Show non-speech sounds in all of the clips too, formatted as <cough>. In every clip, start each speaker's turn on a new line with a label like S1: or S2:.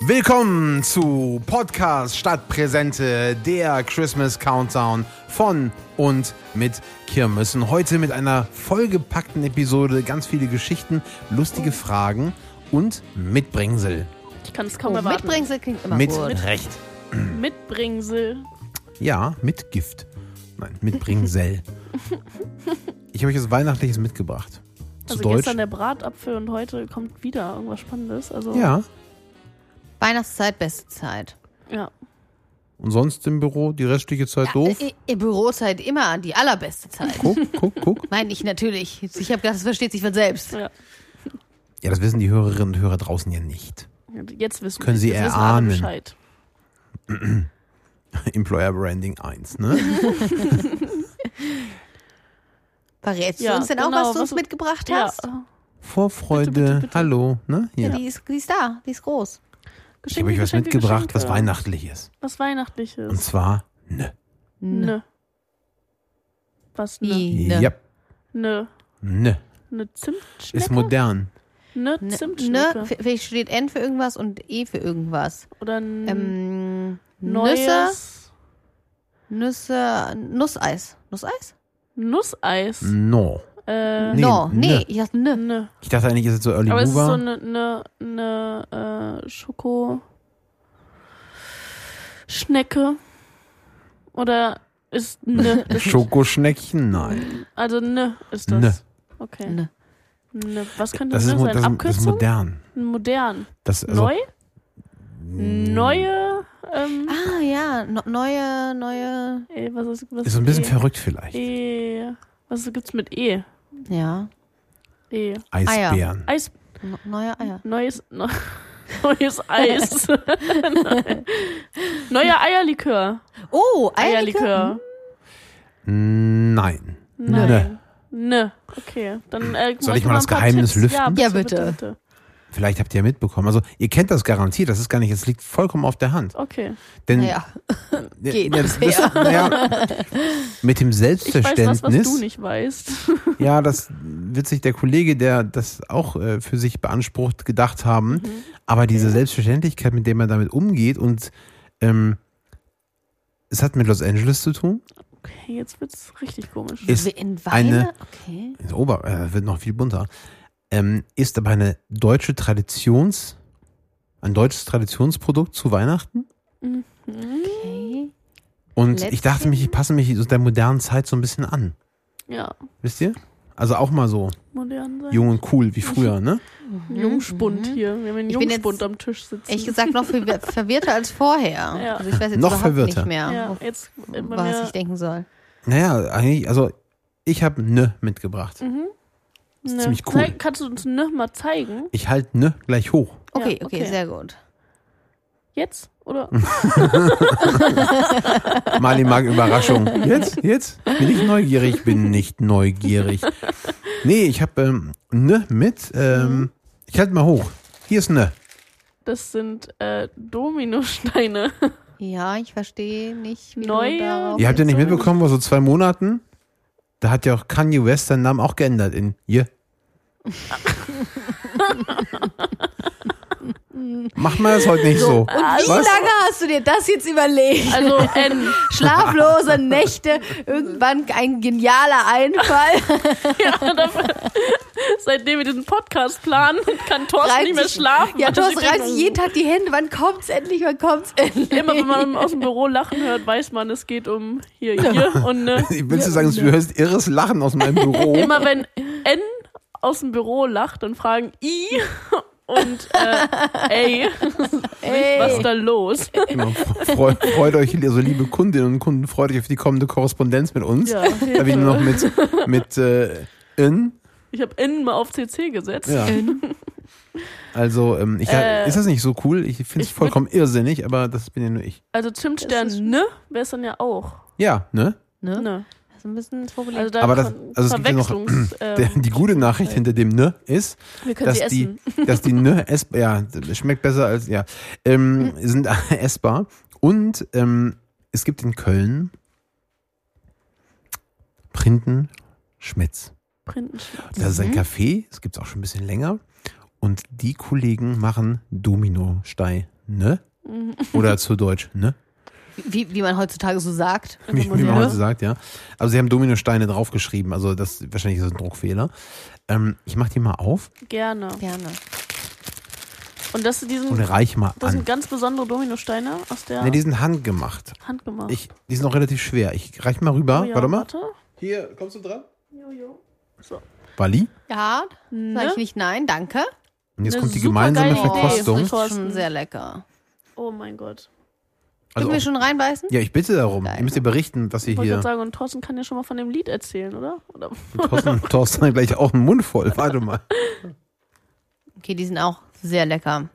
S1: Willkommen zu Podcast Stadtpräsente, der Christmas Countdown von und mit Kirmessen. Heute mit einer vollgepackten Episode, ganz viele Geschichten, lustige Fragen und Mitbringsel.
S2: Ich kann es kaum
S3: Oh,
S2: erwarten.
S3: Mitbringsel klingt immer
S1: Mit
S3: gut.
S1: Recht.
S2: Mitbringsel.
S1: Ja, mit Gift. Nein, Mitbringsel. Ich habe euch was Weihnachtliches mitgebracht. Zu
S2: Also
S1: Deutsch.
S2: gestern der Bratapfel und heute kommt wieder irgendwas Spannendes. Also,
S1: Ja.
S3: Weihnachtszeit, beste Zeit.
S2: ja.
S1: Und sonst im Büro die restliche Zeit doof?
S3: Äh, äh, Bürozeit immer die allerbeste Zeit.
S1: Guck, guck, guck.
S3: Meine ich natürlich. Ich habe gedacht, das versteht sich von selbst.
S1: Ja, das wissen die Hörerinnen und Hörer draußen ja nicht.
S2: Jetzt wissen
S1: Können Sie
S2: jetzt wissen alle
S1: erahnen.
S2: Bescheid.
S1: Employer Branding 1, ne?
S2: Mhm.
S3: Verrätst
S2: Ja,
S3: du uns denn auch,
S2: genau,
S3: was du uns
S2: was-
S3: mitgebracht
S2: Ja,
S3: hast?
S1: Vorfreude,
S2: Bitte, bitte, bitte.
S1: hallo, ne?
S3: Ja,
S1: Hier.
S3: Die, ist, die ist da, die ist groß.
S1: Ich habe euch was
S2: Geschenke,
S1: mitgebracht, was
S2: Geschenke.
S1: weihnachtliches.
S2: Was
S1: Und
S2: Weihnachtliches.
S1: zwar, nö.
S2: Nö. Was ne?
S3: I, ne.
S1: Ja,
S2: Ne.
S1: nö.
S2: Ne
S1: Ist
S2: Zimtschnecke?
S1: modern.
S2: Ne
S3: Ne,
S2: Zimtschnecke.
S3: ne, f- vielleicht steht N für irgendwas und E für irgendwas.
S2: Oder n-
S3: Ähm,
S2: Hm.
S3: Nüsse,
S2: neues
S3: Nüsse, Nusseis. Nusseis?
S2: Nusseis.
S1: No.
S2: Äh,
S1: Nee,
S3: no, nee,
S1: ne.
S3: ich dachte ne.
S2: ne.
S1: Ich dachte eigentlich, ist es so Early
S2: Aber es ist so
S1: Mover.
S2: eine ne, ne, äh, Schoko Schnecke oder ist ne
S1: <laughs>
S2: ist,
S1: Schokoschneckchen? Nein.
S2: also ne ist das.
S1: Ne.
S2: Okay. Ne.
S3: Ne.
S2: Was könnte
S1: Das
S2: das
S1: ist,
S2: ne
S1: mo-
S2: sein?
S1: das, ist- das ist
S2: Abkürzung?
S1: modern.
S2: Modern.
S1: Das, also, mm,
S2: Neu? Neue ähm,
S3: Ah ja, no, neue, neue,
S2: E, was ist was
S1: Ist so ein bisschen
S2: e,
S1: verrückt vielleicht.
S2: E. Was gibt's mit E?
S3: ja,
S2: E.
S1: Eisbären.
S2: Eis
S3: no, neue Eier.
S2: neues ne, <laughs> neues Eis. Neuer Eierlikör.
S3: Oh,
S2: Eierlikör.
S3: Eierlikör.
S1: Ah, Nein.
S2: Nein. Ne. Okay, dann äh,
S1: Soll ich
S2: mach
S1: mal
S2: ein
S1: das
S2: paar
S1: Geheimnis
S2: Tipps. Ja,
S1: lüften?
S2: bitte,
S3: Ja,
S2: bitte.
S3: bitte.
S2: bitte.
S1: Vielleicht habt ihr ja mitbekommen. Also ihr kennt das garantiert. Das ist gar nicht. Es liegt vollkommen auf der Hand.
S2: Okay.
S1: Denn
S3: Naja,
S1: Ah Ja, <laughs>
S3: geht.
S1: ja, das, das, naja,
S3: <laughs>
S1: mit dem
S2: Ich weiß
S1: Selbstverständnis.
S2: was, was du nicht weißt.
S1: Ja, das wird sich der Kollege, der das auch äh, für sich beansprucht, gedacht haben.
S2: Mhm.
S1: Aber diese Selbstverständlichkeit, mit der man damit umgeht und ähm, es hat mit Los Angeles zu tun.
S2: <laughs> Okay, jetzt wird's richtig komisch.
S1: Ist
S3: in
S1: eine-
S3: Weine? Okay.
S1: ist Ober, äh, wird noch viel bunter. Ähm, ist aber eine deutsche Traditions, ein deutsches Traditionsprodukt zu Weihnachten.
S2: Hm?
S3: okay.
S1: Und ich dachte
S3: Letztlich-
S1: mich, ich passe mich so der modernen Zeit so ein bisschen an.
S2: Ja,
S1: Wisst ihr? Also auch mal so
S2: modern sein.
S1: jung und cool wie früher, ne?
S2: Jungspund hier. Wir haben einen
S3: Ich bin
S2: Jungspund
S3: jetzt-
S2: am Tisch sitzen.
S3: Mhm. Ehrlich gesagt noch viel ver- verwirrter als vorher.
S2: Ja.
S3: Also ich weiß jetzt
S1: Noch
S3: überhaupt
S1: verwirrter.
S3: nicht mehr,
S2: ja,
S3: wo-
S2: jetzt äh, bei
S3: was ich
S2: mir,
S3: denken soll.
S1: Naja, eigentlich, also ich habe Nö mitgebracht.
S2: das
S1: ist ziemlich cool.
S2: ne. kannst du uns ne mal zeigen?
S1: Ich halte Nö gleich hoch.
S3: Okay,
S2: Ja,
S3: okay,
S2: okay.
S3: sehr gut.
S2: Jetzt? Oder?
S1: Mhm. Mali mag Überraschung. Jetzt, jetzt bin ich neugierig, bin nicht neugierig. Nee, ich habe ähm, Nö mit. Ähm, ich halte mal hoch. Hier ist ne. Nö.
S2: Das sind äh, Dominosteine. <laughs>
S3: Ja, ich verstehe nicht, wie
S2: Neue-
S3: du darauf
S1: Ihr habt ja nicht
S2: so.
S1: mitbekommen, vor so zwei Monaten, da hat ja auch Kanye West seinen Namen auch geändert in Je. Mach mal das heute nicht so. Was?
S3: Wie lange hast du dir das jetzt überlegt?
S2: Also N.
S3: <laughs>
S2: <laughs>
S3: Schlaflose Nächte, irgendwann ein genialer <laughs> Einfall.
S2: Ja, dafür, seitdem wir diesen Podcast planen, kann Thorsten nicht mehr
S3: sich-
S2: schlafen.
S3: Ja,
S2: Also
S3: Thorsten
S2: sie denkt,
S3: reißt sich jeden Tag die Hände. Wann kommt's endlich? Wann kommt's endlich?
S2: Immer wenn man aus dem Büro lachen hört, weiß man, es geht um hier, hier und ne.
S1: Ich will zu sagen, du hörst irres Lachen aus meinem Büro.
S2: Immer wenn N aus dem Büro lacht, dann fragen I und äh, ey,
S3: Ey.
S2: was ist da los?
S1: Genau. Freut, freut euch, also liebe Kundinnen und Kunden, freut euch auf die kommende Korrespondenz mit uns.
S2: Ja,
S1: da wir nur noch mit, mit äh, in.
S2: Ich habe N mal auf CC gesetzt.
S1: Ja. Also, ähm, ich,
S2: Äh,
S1: ist das nicht so cool? Ich finde es
S2: ich würd-
S1: vollkommen irrsinnig, aber das bin ja nur ich.
S2: Also Zimtstern
S3: Das ist-
S2: ne wäre es dann ja auch.
S1: Ja, ne?
S3: Ne?
S2: Ne.
S3: Das ist ein bisschen formuliert.
S2: Also da
S1: Aber das-
S2: Ver-
S1: also es gibt ja noch-
S2: Verwechslungs...
S1: <laughs> Der,
S2: ähm,
S1: die gute Nachricht hinter dem Ne ist,
S2: wir können
S1: dass
S2: sie
S1: die,
S2: essen.
S1: dass die Ne ess, ja, schmeckt besser als, ja, ähm,
S2: Mhm.
S1: sind essbar. Und ähm, es gibt in Köln Printen Schmitz.
S2: Printenschmerz.
S1: Das ist ein Café, das gibt es auch schon ein bisschen länger. Und die Kollegen machen Dominosteine. ne?
S2: Mhm.
S1: Oder zu Deutsch,
S2: <laughs>
S1: ne?
S3: Wie, wie man heutzutage so sagt.
S1: Wie, wie man heute sagt, ja. Also sie haben Dominosteine draufgeschrieben, also das wahrscheinlich ist das ein Druckfehler. Ähm, ich mach die mal auf
S2: Gerne.
S3: Gerne.
S2: Und das, die
S1: und
S2: sind,
S1: reich mal
S2: das
S1: an.
S2: sind ganz besondere Dominosteine aus der
S1: Ne, die sind handgemacht.
S2: Hand gemacht. Oh
S1: Ich, die sind noch relativ schwer. Ich reich mal rüber.
S2: ja,
S1: Warte mal.
S2: Warte.
S1: Hier, kommst du dran?
S2: Jojo.
S1: Bali.
S3: Ja, sag
S2: Ne?
S3: ich nicht nein, danke.
S1: Und jetzt
S2: Eine
S1: kommt die
S2: supergeile
S1: gemeinsame
S2: Idee.
S1: Verkostung.
S3: das riecht
S2: Thorsten.
S3: schon sehr lecker.
S2: Oh mein Gott.
S1: Also
S3: Können wir
S1: auch,
S3: schon reinbeißen?
S1: ja, ich bitte darum.
S3: Geil.
S1: Ihr müsst ihr berichten, dass ihr
S2: Ich wollte
S1: hier
S2: gerade sagen, und Thorsten kann ja schon mal von dem Lied erzählen, oder? oder
S1: Thorsten, <laughs> Thorsten hat gleich auch einen Mund voll. Warte mal.
S3: Okay, die sind auch sehr lecker.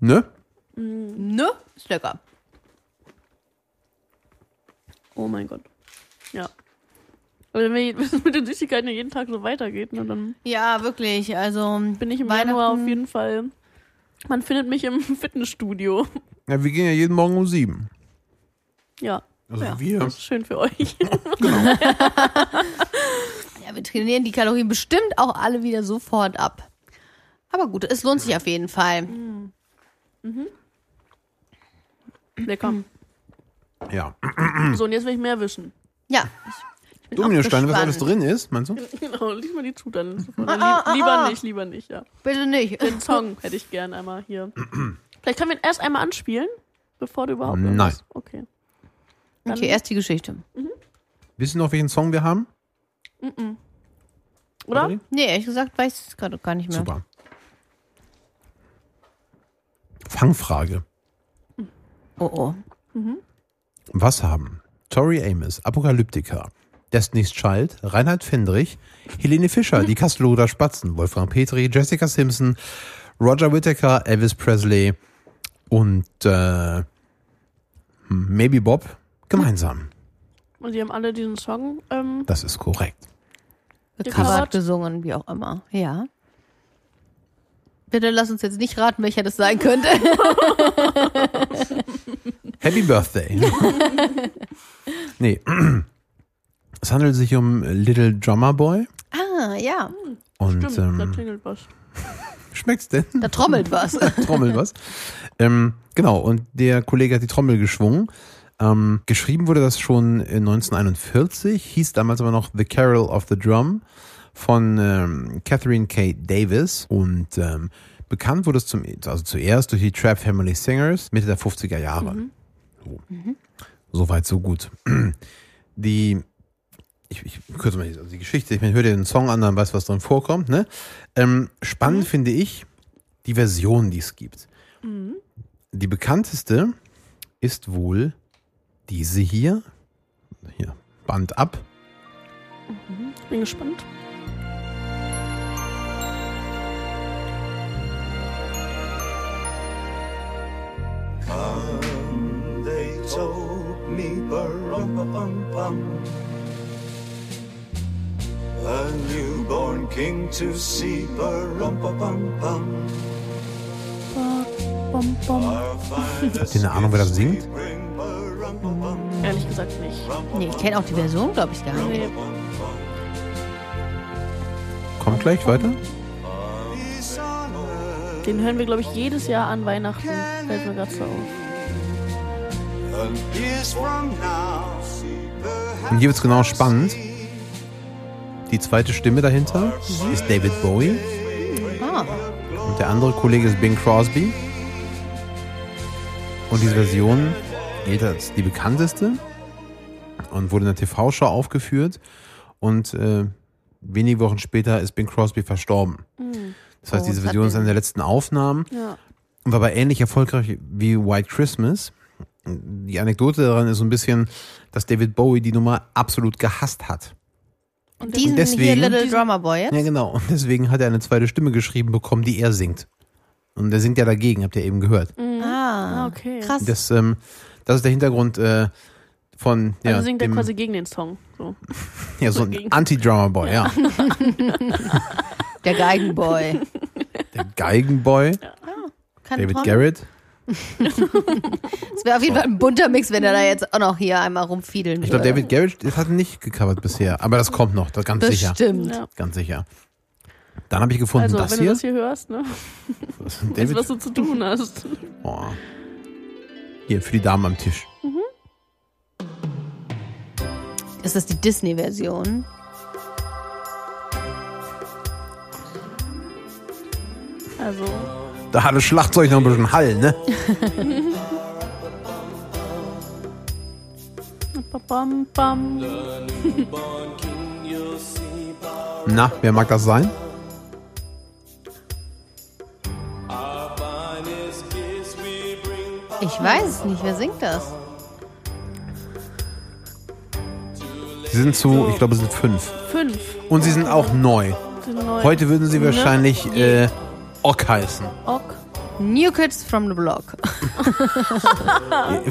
S1: Ne?
S3: Ne? Ist lecker.
S2: oh mein Gott. Ja. Aber wenn wir- <laughs> wenn es mit den Süßigkeiten ja jeden Tag so weitergeht, ne, dann
S3: Ja, wirklich. Also
S2: bin ich im
S3: Weihnachten-
S2: Januar auf jeden Fall. Man findet mich im <laughs> Fitnessstudio.
S1: Ja, wir gehen ja jeden Morgen um sieben.
S2: Ja.
S1: Also
S2: ja,
S1: wir.
S2: Das ist schön für euch. <laughs>
S3: Ja, wir trainieren die Kalorien bestimmt auch alle wieder sofort ab. Aber gut, es lohnt sich auf jeden Fall.
S2: Lecker.
S1: Ja.
S2: So, und jetzt will ich mehr wissen. <laughs>
S3: Ja. bin auch
S1: Dominosteine, was
S3: gespannt.
S1: alles drin ist, meinst du?
S2: Genau, lies mal die Zutaten.
S3: ah,
S2: Lieber,
S3: ah, ah.
S2: lieber nicht, lieber nicht, ja.
S3: Bitte nicht.
S2: Den Song hätte ich gern einmal
S1: <clears throat>
S2: hier. Vielleicht können wir ihn erst einmal anspielen, bevor du überhaupt.
S1: Nein.
S2: irgendwas- Okay. Dann-
S3: Okay, erst die Geschichte.
S1: Wissen noch, welchen Song wir haben?
S2: Oder?
S1: Valerie?
S3: Nee, ehrlich gesagt weiß ich es gerade gar nicht mehr.
S1: Super. Fangfrage.
S3: Oh oh.
S1: Was haben Tori Amos, Apokalyptika, Destiny's Child, Reinhard Fendrich, Helene Fischer, die Kasseloder Spatzen, Wolfgang Petri, Jessica Simpson, Roger Whittaker, Elvis Presley und äh, Maybe Bob gemeinsam?
S2: Und die haben alle diesen Song. Ähm,
S1: Das ist korrekt.
S3: Gecovert,
S2: Gecovert.
S3: gesungen, wie auch immer. Ja. Bitte lass uns jetzt nicht raten, welcher das
S2: <laughs>
S3: sein könnte.
S1: Happy Birthday. nee. Es handelt sich um Little Drummer Boy.
S3: ah, ja.
S1: Und
S2: stimmt, da
S1: ähm,
S2: klingelt was.
S1: schmeckt's denn?
S3: Da
S2: <laughs>
S3: trommelt was.
S1: <laughs> Trommel was. ähm, genau, und der Kollege hat die Trommel geschwungen. Ähm, geschrieben wurde das schon äh, 1941, hieß damals aber noch The Carol of the Drum von ähm, Catherine K. Davis und ähm, bekannt wurde es zum, also zuerst durch die Trap Family Singers Mitte der 50er Jahre. So. so weit, so gut. Die, ich, ich kürze mal die, also die Geschichte, ich meine, hör dir den Song an, dann weißt du, was drin vorkommt. Ne? Ähm, spannend finde ich, die Version, die es gibt. Die bekannteste ist wohl diese hier. Hier, Band ab.
S2: Ich bin gespannt.
S4: They told me bum A newborn king to see bum
S2: Bom, bom.
S1: ihr eine Ahnung, wer das singt?
S2: Ehrlich gesagt nicht.
S3: Nee, ich kenne auch die Version, glaube ich, gar nicht.
S2: Nee.
S1: Kommt gleich weiter.
S2: Den hören wir, glaube ich, jedes Jahr an Weihnachten. Fällt mir gerade so auf.
S4: And years from now,
S1: Und hier wird es genau spannend. Die zweite Stimme dahinter ist David Bowie
S3: Ah,
S1: und der andere Kollege ist Bing Crosby. Und diese Version gilt als die bekannteste und wurde in der TV-Show aufgeführt. Und äh, wenige Wochen später ist Bing Crosby verstorben. Das heißt,
S3: Oh,
S1: diese
S3: das hat
S1: Version ist
S3: den-
S1: eine der letzten Aufnahmen
S2: Ja.
S1: und war aber ähnlich erfolgreich wie White Christmas. Die Anekdote daran ist so ein bisschen, dass David Bowie die Nummer absolut gehasst hat.
S2: Und
S3: diesen hier
S1: deswegen-
S3: Little Drummer Boy jetzt?
S1: Ja, genau. Und deswegen hat er eine zweite Stimme geschrieben bekommen, die er singt. Und er singt ja dagegen, habt ihr eben gehört.
S3: Ah,
S2: Ah, okay.
S3: krass.
S1: Das, ähm, das ist der Hintergrund äh, von ja,
S2: also singt er
S1: dem,
S2: quasi gegen den Song. So.
S1: ja, so ein
S2: dagegen.
S1: Anti-Drummer-Boy, ja.
S2: <laughs>
S3: Der Geigenboy. Ah,
S1: Der Geigenboy,
S3: Kann
S1: David
S3: Trommeln.
S1: Garrett.
S3: Es wäre auf jeden Fall ein bunter Mix, wenn er da jetzt auch noch hier einmal rumfiedeln würde.
S1: Ich glaube, David Garrett das hat nicht gecovert bisher, aber das kommt noch, das ganz sicher.
S3: Bestimmt.
S2: Ja.
S1: Ganz sicher. Dann habe ich gefunden,
S2: Also,
S1: das
S2: wenn
S1: hier.
S2: du das hier hörst, ne? Weißt,
S1: David.
S2: was du zu tun
S1: <laughs>
S2: hast.
S1: Oh. Hier, für die Damen am Tisch.
S3: Ist das die Disney-Version?
S2: Also,
S1: Da hat das Schlagzeug noch ein bisschen Hall, ne?
S2: bam, bam.
S1: Na, wer mag das sein?
S3: Ich weiß es nicht. Wer singt das?
S1: Sie sind zu, ich glaube, es sind fünf.
S2: Fünf.
S1: Und sie sind auch neu.
S2: Sind neu.
S1: Heute würden
S2: Ne?
S1: sie wahrscheinlich äh, Ock heißen.
S2: Ock.
S3: New Kids from the Block.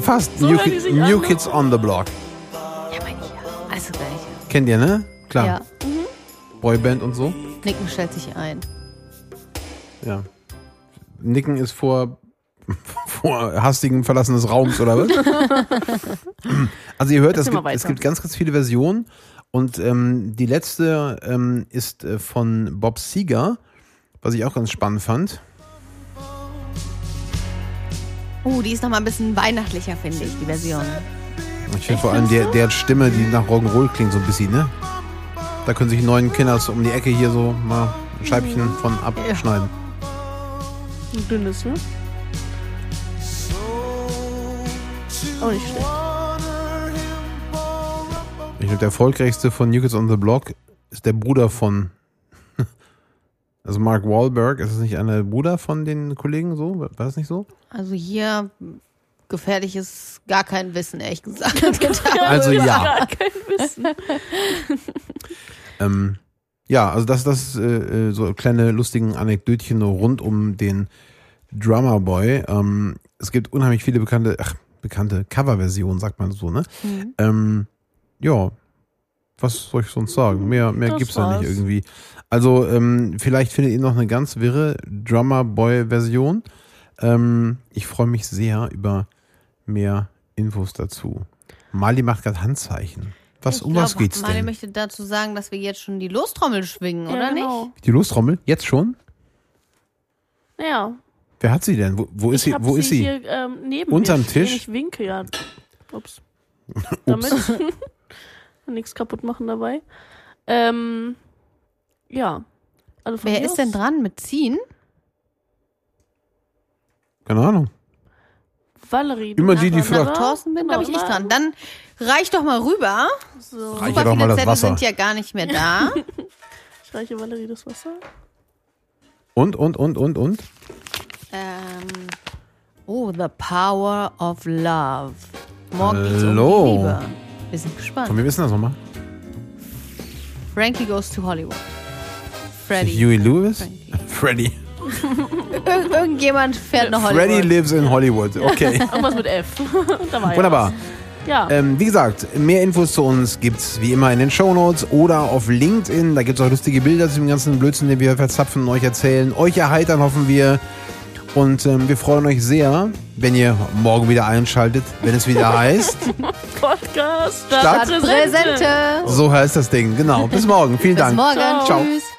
S3: <laughs>
S1: Fast
S2: So
S1: New,
S2: hören die
S1: Ki-
S2: sich
S1: New
S2: an. ne?
S1: Kids on the Block.
S3: Ja, meine ich ja. Also gleich.
S1: Kennt ihr, ne? Klar.
S3: Ja.
S1: Boyband und so.
S3: Nicken stellt sich ein.
S1: Ja. Nicken ist vor, <laughs> vor hastigem Verlassen des Raums, oder was?
S2: <laughs>
S1: also ihr hört, es
S2: Erzähl mal
S1: gibt, es
S2: weiter.
S1: gibt ganz, ganz viele Versionen. Und ähm, die letzte ähm, ist äh, von Bob Seger, was ich auch ganz spannend fand.
S3: Oh, die ist noch mal ein bisschen weihnachtlicher, finde ich, die Version.
S1: Ich finde vor allem der, der Stimme, die nach Rock'n'Roll klingt, so ein bisschen, ne? Da können sich die neuen Kinders um die Ecke hier so mal ein Scheibchen von abschneiden.
S2: Ein dünnes, ne? Auch nicht schlecht.
S1: Ich glaube, der erfolgreichste von New Kids on the Block ist der Bruder von. <laughs> Also Mark Wahlberg, ist es nicht einer der Bruder von den Kollegen so? War war das nicht so?
S3: Also hier gefährlich ist gar kein Wissen, ehrlich <laughs> gesagt. Gedacht.
S1: Also
S2: Das ist
S1: ja.
S2: Gar kein
S1: <laughs>
S2: Wissen.
S1: Ähm, ja, also das, das äh, äh, so kleine lustigen Anekdötchen rund um den Drummer Boy. Ähm, es gibt unheimlich viele bekannte, ach, bekannte Coverversionen, sagt man so, ne?
S2: Mhm.
S1: Ähm, ja, was soll ich sonst sagen? Mehr, mehr
S2: Mhm, Das
S1: gibt's da nicht
S2: war's.
S1: irgendwie. Also, ähm, vielleicht findet ihr noch eine ganz wirre Drummer Boy-Version. Ähm, ich freue mich sehr über mehr Infos dazu. Mali macht gerade Handzeichen. Was, um was geht's
S3: Mali
S1: denn?
S3: möchte dazu sagen, dass wir jetzt schon die Lostrommel schwingen, oder
S2: genau.
S3: nicht?
S1: Die Lostrommel? Jetzt schon?
S2: Ja.
S1: Wer hat sie denn? Wo, wo ist
S2: ich
S1: sie?
S2: hab
S1: Wo ist sie?
S2: Hier, ähm, neben
S1: Unterm
S2: mir stehen.
S1: Tisch?
S2: Ich winke ja.
S1: <laughs>
S2: Ups. Damit <laughs> nichts kaputt machen dabei. Ähm, ja. Also von
S3: Wer
S2: mir
S3: ist
S2: aus-
S3: denn dran mit Ziehen?
S1: Keine Ahnung.
S2: Valerie.
S1: Immer die, die
S2: Nachbar,
S1: fragt.
S2: oder?
S3: Thorsten bin,
S2: Genau,
S3: glaube ich, nicht
S2: immer.
S3: dran. Dann reich doch mal rüber.
S2: So,
S1: Reiche
S3: Super
S1: doch mal
S3: viele
S1: das
S3: Zettel
S1: Wasser.
S3: sind ja gar nicht mehr da.
S2: ich reiche Valerie das Wasser.
S1: Und, und, und, und, und?
S3: ähm, oh, The Power of Love. Morgen geht's
S1: Hallo.
S3: um die Liebe. Wir sind
S1: Komm,
S3: gespannt.
S1: wir wissen das nochmal.
S3: Frankie goes to Hollywood.
S1: Ist
S3: Freddy.
S1: Huey Lewis? Freddy.
S3: Ir irgendjemand fährt nach Hollywood.
S1: Freddy lives in Hollywood. Okay.
S2: Irgendwas mit F. <laughs> Und da war Oh, ja
S1: Wunderbar.
S2: was. Ja.
S1: Ähm, wie gesagt, mehr Infos zu uns gibt's wie immer in den Shownotes oder auf LinkedIn. Da gibt's auch lustige Bilder zu dem ganzen Blödsinn, den wir verzapfen und euch erzählen. Euch erheitern, hoffen wir. Und ähm, wir freuen euch sehr, wenn ihr morgen wieder einschaltet, wenn es wieder heißt.
S2: Podcast.
S1: Stadt
S3: Präsente.
S1: So heißt das Ding. Genau. Bis morgen. Vielen
S3: Bis
S1: Dank.
S3: morgen.
S2: Ciao.
S3: Tschüss.